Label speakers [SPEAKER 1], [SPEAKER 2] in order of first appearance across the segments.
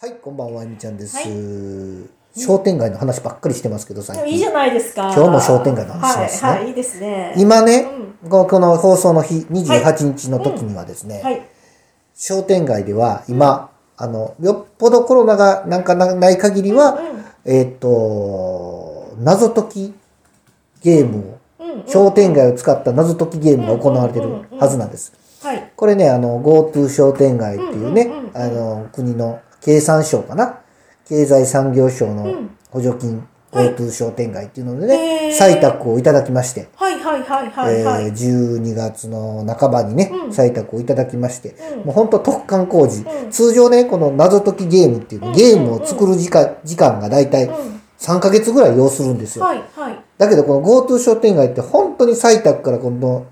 [SPEAKER 1] はい、こんばんは、にちゃんです、
[SPEAKER 2] は
[SPEAKER 1] 商店街の話ばっかりしてますけど、最
[SPEAKER 2] でも
[SPEAKER 1] 近。
[SPEAKER 2] いいじゃないですか。
[SPEAKER 1] 今日も商店街の話しますね
[SPEAKER 2] はい、はい、いいですね。
[SPEAKER 1] 今ね、
[SPEAKER 2] う
[SPEAKER 1] ここの放送の日、28日の時にはですね、
[SPEAKER 2] はい。
[SPEAKER 1] 商店街では今、あの、よっぽどコロナがなんかなない限りは、えーっ、と、謎解きゲームを、
[SPEAKER 2] うん、うん。
[SPEAKER 1] 商店街を使った謎解きゲームが行われてるはずなんです。
[SPEAKER 2] はい。
[SPEAKER 1] これね、あの、GoTo 商店街っていうね
[SPEAKER 2] うんうんうんう、ん
[SPEAKER 1] あの、国の経産省かな。経済産業省
[SPEAKER 2] う
[SPEAKER 1] の
[SPEAKER 2] ん
[SPEAKER 1] 補助金、
[SPEAKER 2] はい
[SPEAKER 1] GoTo 商店街っていうので
[SPEAKER 2] へ
[SPEAKER 1] ね、
[SPEAKER 2] ー
[SPEAKER 1] 採択をいただきまして、
[SPEAKER 2] はい、はい、はい、
[SPEAKER 1] え
[SPEAKER 2] はい、はい。
[SPEAKER 1] ー12月の半ばにね
[SPEAKER 2] う、ん
[SPEAKER 1] 採択をいただきまして、
[SPEAKER 2] うん
[SPEAKER 1] もう本当特貫工事
[SPEAKER 2] う。ん
[SPEAKER 1] 通常ね、この謎解きゲームっていう
[SPEAKER 2] うんう
[SPEAKER 1] の
[SPEAKER 2] ん
[SPEAKER 1] ゲームを作る時間時間がだいたい
[SPEAKER 2] うん。
[SPEAKER 1] 3ヶ月ぐらい要するんですよ。
[SPEAKER 2] はい、はい。
[SPEAKER 1] だけど、この GoTo 商店街って本当に採択からこの、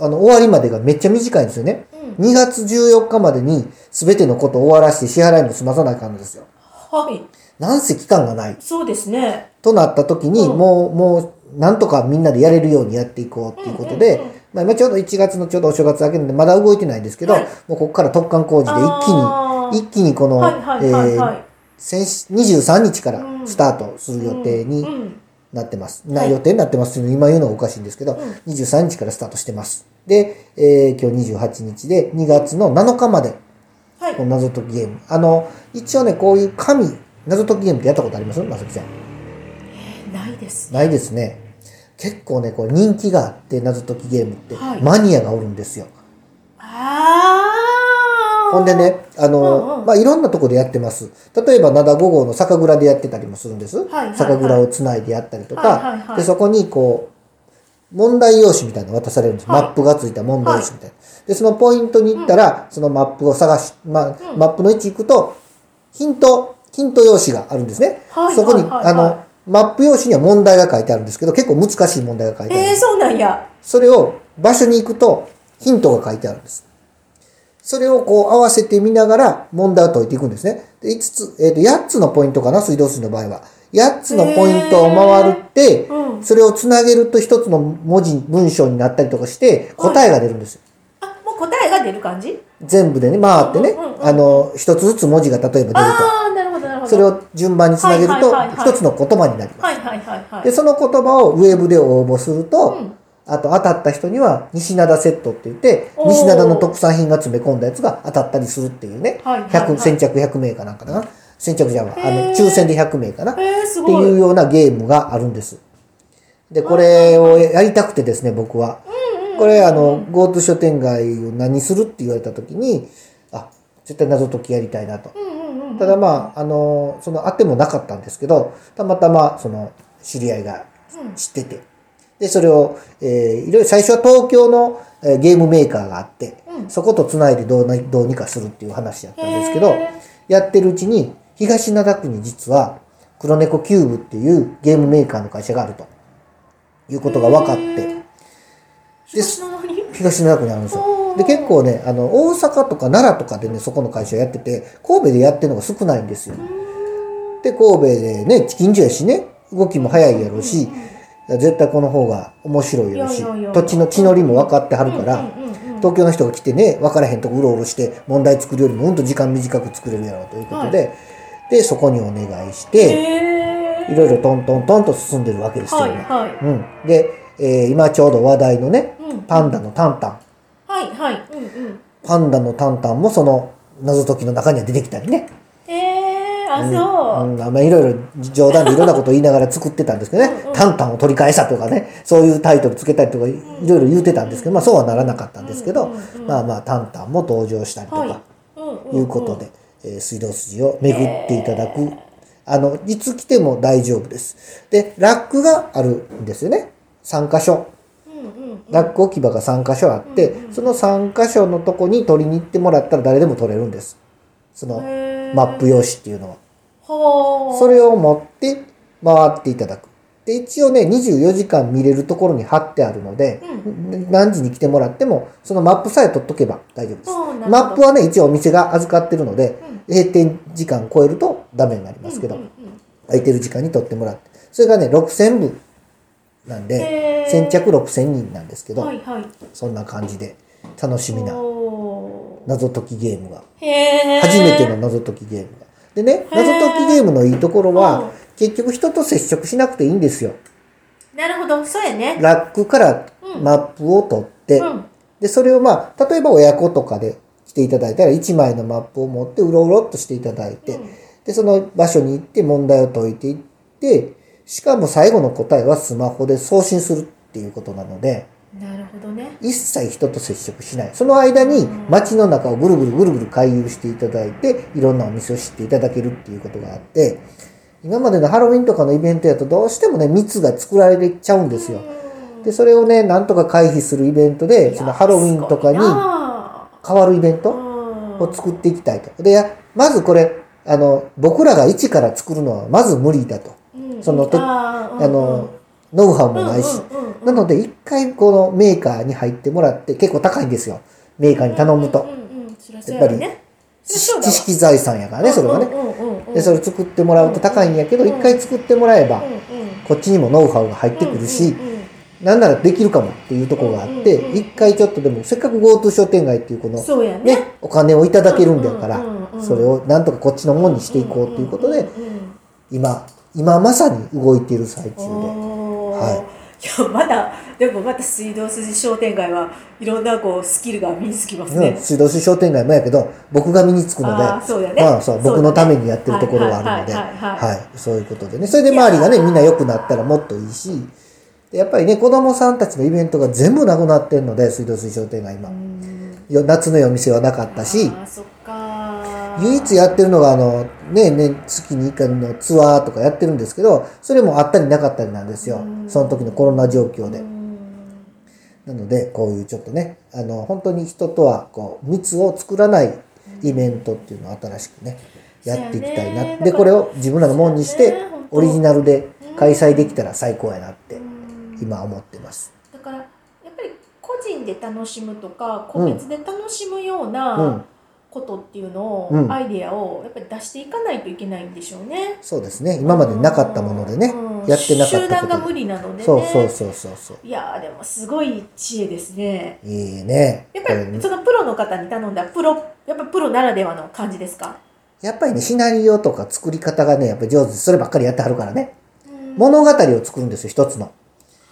[SPEAKER 1] あの、終わりまでがめっちゃ短いんですよね。
[SPEAKER 2] うん。
[SPEAKER 1] 2月14日までに全てのことを終わらして支払いも済まさないかんのですよ。
[SPEAKER 2] はい。
[SPEAKER 1] なんせ期間がない。
[SPEAKER 2] そうですね。
[SPEAKER 1] となった時に、
[SPEAKER 2] うん
[SPEAKER 1] もう、もう、なんとかみんなでやれるようにやっていこうっていうことで、
[SPEAKER 2] うんうんうん
[SPEAKER 1] まあ今ちょうど1月のちょうどお正月明けなんでまだ動いてないんですけど、
[SPEAKER 2] はい
[SPEAKER 1] もうここから特貫工事で一気に、
[SPEAKER 2] あー
[SPEAKER 1] 一気にこの、
[SPEAKER 2] はい、はい、はい、はい。
[SPEAKER 1] 先23日からスタートする予定
[SPEAKER 2] う
[SPEAKER 1] に
[SPEAKER 2] んうん
[SPEAKER 1] なってます。な
[SPEAKER 2] はい
[SPEAKER 1] 予定になってますっていうの今言うのがおかしいんですけど、
[SPEAKER 2] う
[SPEAKER 1] 23日からスタートしてます。で、えー今日28日で2月の7日まで
[SPEAKER 2] はい
[SPEAKER 1] こ。の謎解きゲーム。あの、一応ね、こういう神、謎解きゲームってやったことありますまさきちゃん。
[SPEAKER 2] ないです。
[SPEAKER 1] ないですね。結構ね、こう人気があって、謎解きゲームって、
[SPEAKER 2] はい
[SPEAKER 1] マニアがおるんですよ。
[SPEAKER 2] ああ。
[SPEAKER 1] ほんで。ね、あの、
[SPEAKER 2] うんうん
[SPEAKER 1] まあ、いろんなとこでやってます。例えば、灘5号の酒蔵でやってたりもするんです。
[SPEAKER 2] はいはい
[SPEAKER 1] 酒蔵をつないでやったりとか、
[SPEAKER 2] はいはいはい
[SPEAKER 1] で、そこにこう、問題用紙みたいなの渡されるんです、
[SPEAKER 2] はい
[SPEAKER 1] マップがついた問題用紙みたいな。で、そのポイントに行ったら、そのマップを探し、まあ
[SPEAKER 2] うん
[SPEAKER 1] マップの位置行くと、ヒント、ヒント用紙があるんですね。
[SPEAKER 2] はい
[SPEAKER 1] そこに、
[SPEAKER 2] はいはいはい
[SPEAKER 1] あの、マップ用紙には問題が書いてあるんですけど、結構難しい問題が書いてあるん
[SPEAKER 2] え
[SPEAKER 1] で
[SPEAKER 2] ー、
[SPEAKER 1] す。
[SPEAKER 2] そうなんや。
[SPEAKER 1] それを場所に行くとヒントが書いてあるんです。それをこう合わせて見ながら問題を解いていくんですね。で、5つ、えっ、と、8つのポイントかな、水道水の場合は。8つのポイントを回るって、
[SPEAKER 2] うん
[SPEAKER 1] それをつなげると1つの文字、文章になったりとかして、答えが出るんですよ。
[SPEAKER 2] あ、もう答えが出る感じ。
[SPEAKER 1] 全部でね、回ってね
[SPEAKER 2] うんうんう、ん
[SPEAKER 1] あの、1つずつ文字が例えば出る
[SPEAKER 2] ああ、なるほど、なるほ
[SPEAKER 1] と。そ
[SPEAKER 2] ど。
[SPEAKER 1] れ。を順番につなげる
[SPEAKER 2] はい
[SPEAKER 1] と、
[SPEAKER 2] はいはいはい
[SPEAKER 1] 1つの言葉になります。
[SPEAKER 2] はい、はい、はい、はい。
[SPEAKER 1] で、その言葉をウェブで応募すると、
[SPEAKER 2] うん
[SPEAKER 1] あと当たった人には西灘セットって言って、
[SPEAKER 2] おー
[SPEAKER 1] 西灘の特産品が詰め込んだやつが当たったりするっていうね、
[SPEAKER 2] はいはいはい
[SPEAKER 1] 100先着100名かなんかだな。先着じゃん、あの
[SPEAKER 2] へー、
[SPEAKER 1] 抽選で100名かな。って
[SPEAKER 2] えー、すごい。
[SPEAKER 1] いうようなゲームがあるんです。で、これをやりたくてですね、僕は。これ、あの、GoTo 書店街を何するって言われた時に、あ、絶対謎解きやりたいなと。
[SPEAKER 2] うんうんうん。
[SPEAKER 1] ただまあ、あのそのあってもなかったんですけど、たまたまその知り合いが
[SPEAKER 2] うん
[SPEAKER 1] 知ってて、で、それを、えーいろいろ最初は東京の、えーゲームメーカーがあって、
[SPEAKER 2] うん
[SPEAKER 1] そことつないでどうなどうにかするっていう話だったんですけど
[SPEAKER 2] へ、
[SPEAKER 1] やってるうちに、東灘区に実は黒猫キューブっていうゲームメーカーの会社があるということが分かっ
[SPEAKER 2] へ
[SPEAKER 1] て、
[SPEAKER 2] ー。東なのに。
[SPEAKER 1] 東灘区にあるんですよ
[SPEAKER 2] お。ー
[SPEAKER 1] で、結構ね、あの、大阪とか奈良とかでね、そこの会社やってて、神戸でやってるのが少ないんですよ。で、神戸でね、近所やしね、動きも早いやろうし、絶対この方が面白いやろうし
[SPEAKER 2] いやいやいやい、
[SPEAKER 1] 土
[SPEAKER 2] や
[SPEAKER 1] 地の地のりも分かってはるか
[SPEAKER 2] うん
[SPEAKER 1] ら、
[SPEAKER 2] うんうんうん
[SPEAKER 1] 東京の人が来てね、分からへんとこうろうろして、問題作るよりもうんと時間短く作れるやろうということで、で、そこにお願いして、
[SPEAKER 2] へー
[SPEAKER 1] いろいろトントントンと進んでるわけですよ、
[SPEAKER 2] はい
[SPEAKER 1] 今
[SPEAKER 2] は
[SPEAKER 1] うん。で、えー今ちょうど話題のね
[SPEAKER 2] い。うん、
[SPEAKER 1] パンダのタンタン。
[SPEAKER 2] はいはい。うんうん。
[SPEAKER 1] パンダのタンタンもその謎解きの中には出てきたりね。
[SPEAKER 2] えー、あ、
[SPEAKER 1] う
[SPEAKER 2] そう。
[SPEAKER 1] ん、あまあいろいろ冗談でいろんなことを言いながら作ってたんですけどね、
[SPEAKER 2] うんうん
[SPEAKER 1] タンタンを取り返したとかね、そういうタイトルつけたりとかいいろいろ言うてたんですけど、まあそうはならなかったんですけど、
[SPEAKER 2] うんうんうん
[SPEAKER 1] まあまあタンタンも登場したりと
[SPEAKER 2] は
[SPEAKER 1] か
[SPEAKER 2] い。うんうん
[SPEAKER 1] いうことで、えー水道筋を巡っていただく、あの、いつ来ても大丈夫です。で、ラックがあるんですよね。3箇所。
[SPEAKER 2] うんうんうん。
[SPEAKER 1] ラック置き場が3箇所あって、
[SPEAKER 2] うんうん
[SPEAKER 1] その3箇所のとこに取りに行ってもらったら誰でも取れるんです。その
[SPEAKER 2] へー
[SPEAKER 1] マップ。用紙っていうのは。
[SPEAKER 2] ほー。
[SPEAKER 1] それを持って回っていただく。で、一応ね、24時間見れるところに貼ってあるので、
[SPEAKER 2] う
[SPEAKER 1] 何時に来てもらっても、そのマップさえ取っとけば大丈夫です
[SPEAKER 2] そうなん。だ
[SPEAKER 1] マップはね、一応お店が預かってるので、閉店時間超えるとダメになりますけど、
[SPEAKER 2] うんうんうん
[SPEAKER 1] 空いてる時間に取ってもらって。それがね、6000部なんで
[SPEAKER 2] へ、ー
[SPEAKER 1] 先着6000人なんですけど、
[SPEAKER 2] はいはい。
[SPEAKER 1] そんな感じで楽しみな
[SPEAKER 2] ほー
[SPEAKER 1] 謎解きゲームが、
[SPEAKER 2] へー。
[SPEAKER 1] 初めての。謎解きゲームがでね、
[SPEAKER 2] へー
[SPEAKER 1] 謎解きゲームのいいところ
[SPEAKER 2] うん
[SPEAKER 1] は、結局人と接触しなくていいんですよ。
[SPEAKER 2] なるほど、そうやね。
[SPEAKER 1] ラックから
[SPEAKER 2] うん
[SPEAKER 1] マップを取って、
[SPEAKER 2] うん。
[SPEAKER 1] で、それをまあ、例えば親子とかで来ていただいたら、1枚のマップを持って、うろうろっとしていただいて、
[SPEAKER 2] うん
[SPEAKER 1] で、その場所に行って問題を解いていって、しかも最後の答えはスマホで送信するっていうことなので、
[SPEAKER 2] なるほどね。
[SPEAKER 1] 一切人と接触しない。その間に街の中をぐるぐるぐるぐる回遊していただいて、いろんなお店を知っていただけるっていうことがあって、今までのハロウィンとかのイベントやとどうしてもね、密が作られちゃうんですよ。
[SPEAKER 2] うん
[SPEAKER 1] で、それをね、なんとか回避するイベントで、そのハロウィンとかに
[SPEAKER 2] いやすごいな
[SPEAKER 1] 変わるイベン
[SPEAKER 2] あ
[SPEAKER 1] ト
[SPEAKER 2] う
[SPEAKER 1] を
[SPEAKER 2] ん
[SPEAKER 1] 作っていきたいと。で、やまずこれ、あの、僕らが一から作るのはまず無理だと。
[SPEAKER 2] うん
[SPEAKER 1] そのと
[SPEAKER 2] あー
[SPEAKER 1] あの、ノウハウもないし。
[SPEAKER 2] うんうんうん
[SPEAKER 1] なので、一回このメーカーに入ってもらって、結構高いんですよ。メーカーに頼む
[SPEAKER 2] うん
[SPEAKER 1] と。
[SPEAKER 2] うんうんそりゃそうや
[SPEAKER 1] やっぱ
[SPEAKER 2] ね
[SPEAKER 1] 知
[SPEAKER 2] そうだわ
[SPEAKER 1] 識財産やからね、それはね。
[SPEAKER 2] うんうんうんうん
[SPEAKER 1] で、それ作ってもらうと高いんやけど、
[SPEAKER 2] うん
[SPEAKER 1] 一回作ってもらえば
[SPEAKER 2] う、んうん
[SPEAKER 1] こっちにもノウハウが入ってくるし
[SPEAKER 2] う、んうんうん
[SPEAKER 1] なんならできるかもっていうところがあっ
[SPEAKER 2] うんうん
[SPEAKER 1] て
[SPEAKER 2] う、ん
[SPEAKER 1] 一回ちょっとでも、せっかく GoTo 商店街っていうこの、
[SPEAKER 2] そうやね
[SPEAKER 1] ね、お金をいただけるんだか
[SPEAKER 2] う
[SPEAKER 1] ら
[SPEAKER 2] んうんうんう、ん
[SPEAKER 1] それをなんとかこっちのもんにしていこうということで、
[SPEAKER 2] んうんうん
[SPEAKER 1] 今、今まさに動いている最中で。
[SPEAKER 2] おー
[SPEAKER 1] はい
[SPEAKER 2] やまだでもまた水道筋商店街はいろんなこうスキルが身につきます
[SPEAKER 1] うん、
[SPEAKER 2] ね。
[SPEAKER 1] 水道水商店街もやけど、僕が身につくので、
[SPEAKER 2] あーそうだね
[SPEAKER 1] まあそう
[SPEAKER 2] そうだね
[SPEAKER 1] 僕のためにやってるところはあるので、
[SPEAKER 2] はいはいはいは
[SPEAKER 1] は
[SPEAKER 2] い
[SPEAKER 1] い、そういうことでね。それで周りがね、みんな良くなったらもっといいし、でやっぱりね、子供さんたちのイベントが全部なくなってるので、水道水商店街今。
[SPEAKER 2] うん
[SPEAKER 1] よ夏の夜店はなかったし
[SPEAKER 2] あ、ーそっかー
[SPEAKER 1] 唯一やってるのが、あの、ね、ね、月に1回のツアーとかやってるんですけど、それもあったりなかったりなんですよ
[SPEAKER 2] う。ん
[SPEAKER 1] その時のコロナ状況で
[SPEAKER 2] う。ん
[SPEAKER 1] なので、こういうちょっとね、あの、本当に人とは、こう、密を作らないイベントっていうのを新しくね、
[SPEAKER 2] うん
[SPEAKER 1] やっていきたい
[SPEAKER 2] そう
[SPEAKER 1] な。
[SPEAKER 2] やね
[SPEAKER 1] で、これを自分らのもんにし
[SPEAKER 2] そう
[SPEAKER 1] て
[SPEAKER 2] やね本、当
[SPEAKER 1] オリジナルで開催できたら最高やなって
[SPEAKER 2] う、ん
[SPEAKER 1] 今思ってます。
[SPEAKER 2] だからやっぱり個人で楽しむとか個別で楽しむような、
[SPEAKER 1] うん。
[SPEAKER 2] ことっていうのを、
[SPEAKER 1] うん
[SPEAKER 2] アイデアをやっぱり出していかないといけないんでしょうね。
[SPEAKER 1] そうですね。今までなかったものでね
[SPEAKER 2] うん、
[SPEAKER 1] やってなか
[SPEAKER 2] 集
[SPEAKER 1] った
[SPEAKER 2] 団が
[SPEAKER 1] こと
[SPEAKER 2] 無
[SPEAKER 1] で。
[SPEAKER 2] 理なのでね。
[SPEAKER 1] そうそうそうそうそう。
[SPEAKER 2] いやーでもすごい知恵ですね。
[SPEAKER 1] いいね。
[SPEAKER 2] やっぱ
[SPEAKER 1] これ
[SPEAKER 2] りそのプロの方に頼んだプロやっぱプロならではの感じですか。
[SPEAKER 1] やっぱりね、シナリオとか作り方がね、やっぱり上手で、そればっかりやってはるからね。
[SPEAKER 2] うん
[SPEAKER 1] 物語を作るんですよ、一つの。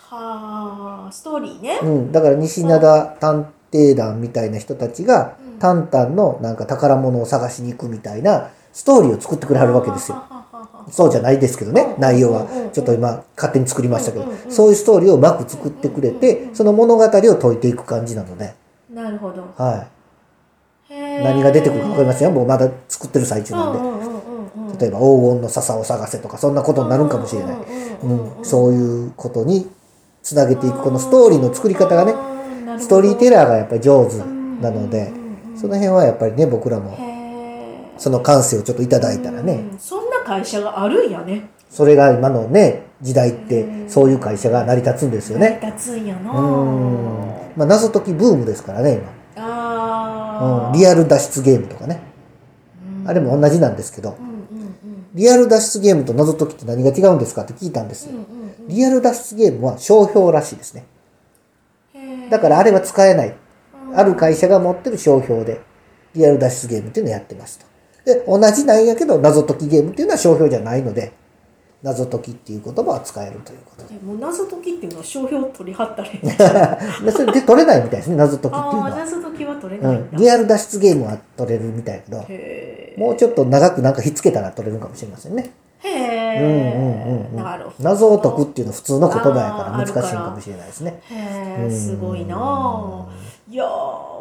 [SPEAKER 2] はあストーリーね。
[SPEAKER 1] うん、だから西灘探偵団みたいな人たちが、
[SPEAKER 2] うん
[SPEAKER 1] タンタンのなんか宝物を探しに行くみたいなストーリーを作ってくれはるわけですよ。
[SPEAKER 2] ははははは。
[SPEAKER 1] そうじゃないですけど
[SPEAKER 2] うんうん
[SPEAKER 1] ね
[SPEAKER 2] う、ん
[SPEAKER 1] 内容はちょっと今勝手に作りましたけど
[SPEAKER 2] うんうんう、ん
[SPEAKER 1] そういうストーリーをうまく作ってくれ
[SPEAKER 2] うんうん
[SPEAKER 1] て
[SPEAKER 2] う、ん
[SPEAKER 1] その物語を解いていく感じなので、
[SPEAKER 2] なるほど。
[SPEAKER 1] は
[SPEAKER 2] へ
[SPEAKER 1] い。
[SPEAKER 2] え
[SPEAKER 1] 何が出てくるかわかりませんよ。もうまだ作ってる最中
[SPEAKER 2] う
[SPEAKER 1] なんんで
[SPEAKER 2] う。んうんうんうん。
[SPEAKER 1] 例えば黄金の笹を探せとか、そんなことになるんかもしれない。うん、そうういうことにつなげていく、このストーリーの作り方がね、
[SPEAKER 2] ね
[SPEAKER 1] ストーリーテ
[SPEAKER 2] ラ
[SPEAKER 1] ラーがやっぱり上手
[SPEAKER 2] ー
[SPEAKER 1] なので、その
[SPEAKER 2] へ
[SPEAKER 1] 辺はやっぱりね、僕らも
[SPEAKER 2] え。
[SPEAKER 1] その感性をちょっといただいたらね、
[SPEAKER 2] うんそんな会社があるんやね
[SPEAKER 1] それが今のね、時代っ
[SPEAKER 2] う
[SPEAKER 1] て
[SPEAKER 2] ん
[SPEAKER 1] そういう会社が成り立つんですよね。
[SPEAKER 2] 成り立つんやな
[SPEAKER 1] うん。まあ、謎解きブームですからね、今。うん、
[SPEAKER 2] ああ
[SPEAKER 1] リアル脱出ゲームとかね。あれも同じなんですけど、リアル脱出ゲームと謎解きって何が違うんですかって聞いたんですよ。リアル脱出ゲームは商標らしいですね。だからあれは使えない。ある会社が持ってる商標で、リアル脱出ゲームっていうのをやってますと。で、同じなんやけど、謎解きゲームっていうのは商標じゃないので、謎解きっていう言葉は使えるということで。
[SPEAKER 2] らもう謎解きっていうのは商標取りはったらいい
[SPEAKER 1] でそれで取れないみたいですね、謎解きっていう
[SPEAKER 2] あ
[SPEAKER 1] の
[SPEAKER 2] あ
[SPEAKER 1] は。
[SPEAKER 2] 謎解きは取れ
[SPEAKER 1] う
[SPEAKER 2] ないん
[SPEAKER 1] ん、
[SPEAKER 2] だ、
[SPEAKER 1] リアル脱出ゲームは取れるみたいやけど、
[SPEAKER 2] へ
[SPEAKER 1] もうちょっと長くなんかひっつけたら取れるかもしれませんね。
[SPEAKER 2] え
[SPEAKER 1] うんうんうんうん
[SPEAKER 2] なるほど
[SPEAKER 1] 謎を解くっていうのは普通の言葉
[SPEAKER 2] あーあ
[SPEAKER 1] や
[SPEAKER 2] る
[SPEAKER 1] か
[SPEAKER 2] か
[SPEAKER 1] 難し
[SPEAKER 2] らら
[SPEAKER 1] いかもしれないですね。
[SPEAKER 2] へ
[SPEAKER 1] うん
[SPEAKER 2] えすごいなあいやー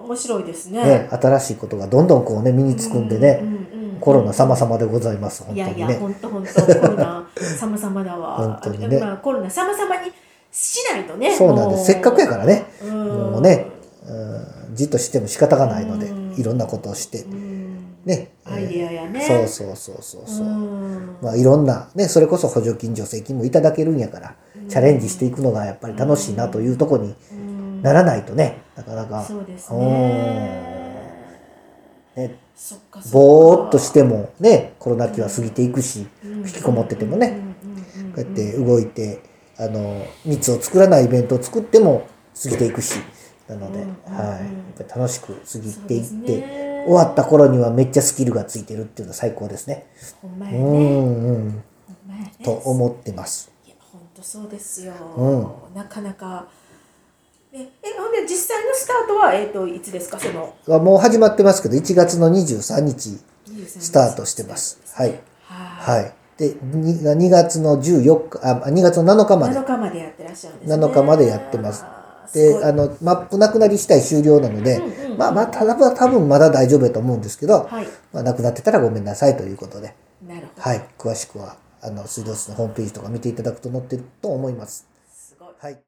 [SPEAKER 2] 面白いですね
[SPEAKER 1] ね、新しいことがどんどんこうね、身につくんでね、
[SPEAKER 2] うんうんうん
[SPEAKER 1] コロナ様々でございます、本
[SPEAKER 2] い
[SPEAKER 1] 当
[SPEAKER 2] や
[SPEAKER 1] に
[SPEAKER 2] い
[SPEAKER 1] ね。
[SPEAKER 2] や、本当本当、コロナ 様々だわ。
[SPEAKER 1] 本当にね
[SPEAKER 2] まあ、コロナ様々にしないとね。
[SPEAKER 1] そうなんです。せっかくやからね。
[SPEAKER 2] ら。
[SPEAKER 1] も
[SPEAKER 2] も
[SPEAKER 1] うね、うんじっとしても仕方がないので
[SPEAKER 2] うん、
[SPEAKER 1] いろんなことをして
[SPEAKER 2] う、ん
[SPEAKER 1] ね。
[SPEAKER 2] アイデアやね。
[SPEAKER 1] えーそうそうそうそうそう。
[SPEAKER 2] ん
[SPEAKER 1] まあいろんな、ね、それこそ補助金、助成金もいただけるんやから、チャレンジしていくのがやっぱり楽しいなというところに
[SPEAKER 2] うん
[SPEAKER 1] ならないとね、なかなか、
[SPEAKER 2] そうですね。
[SPEAKER 1] うんね、
[SPEAKER 2] そっかそっか。
[SPEAKER 1] ぼーっとしてもね、コロナ期は過ぎていくし、
[SPEAKER 2] うん、
[SPEAKER 1] 引きこもっててもね
[SPEAKER 2] うん。うん
[SPEAKER 1] こうやって動いて、あの、密を作らないイベントを作っても過ぎていくし、なので、
[SPEAKER 2] うん
[SPEAKER 1] はい。やっぱり楽しく過ぎていって、
[SPEAKER 2] そうですね
[SPEAKER 1] 終わった頃にはめっちゃスキルがついてるっていうのは最高ですね。
[SPEAKER 2] ほんまや
[SPEAKER 1] う
[SPEAKER 2] ね。
[SPEAKER 1] んうん。
[SPEAKER 2] ほんまやね。
[SPEAKER 1] と思ってます。
[SPEAKER 2] いや本当そうですよ、
[SPEAKER 1] う
[SPEAKER 2] なかなかええほんで実際のスタートは、えー、といつですかその
[SPEAKER 1] あもう始まってますけど、1月の23日、
[SPEAKER 2] ス
[SPEAKER 1] スタートしてますはい
[SPEAKER 2] は
[SPEAKER 1] はい。で、にが2月の14日、あ、2月の7日まで
[SPEAKER 2] 7。日までやってらっしゃるんです、ね、
[SPEAKER 1] 7日までやってます
[SPEAKER 2] あーすご
[SPEAKER 1] で、
[SPEAKER 2] い
[SPEAKER 1] あの、マップなくなり次第終了なので、
[SPEAKER 2] うんうん
[SPEAKER 1] まあまあ、ただ、多分まだ大丈夫やと思うんですけど、
[SPEAKER 2] はい
[SPEAKER 1] まあ、なくなってたらごめんなさいということで、
[SPEAKER 2] なるほど、
[SPEAKER 1] はい。詳しくは、あの、水道水のホームページとか見ていただくと載ってると思います。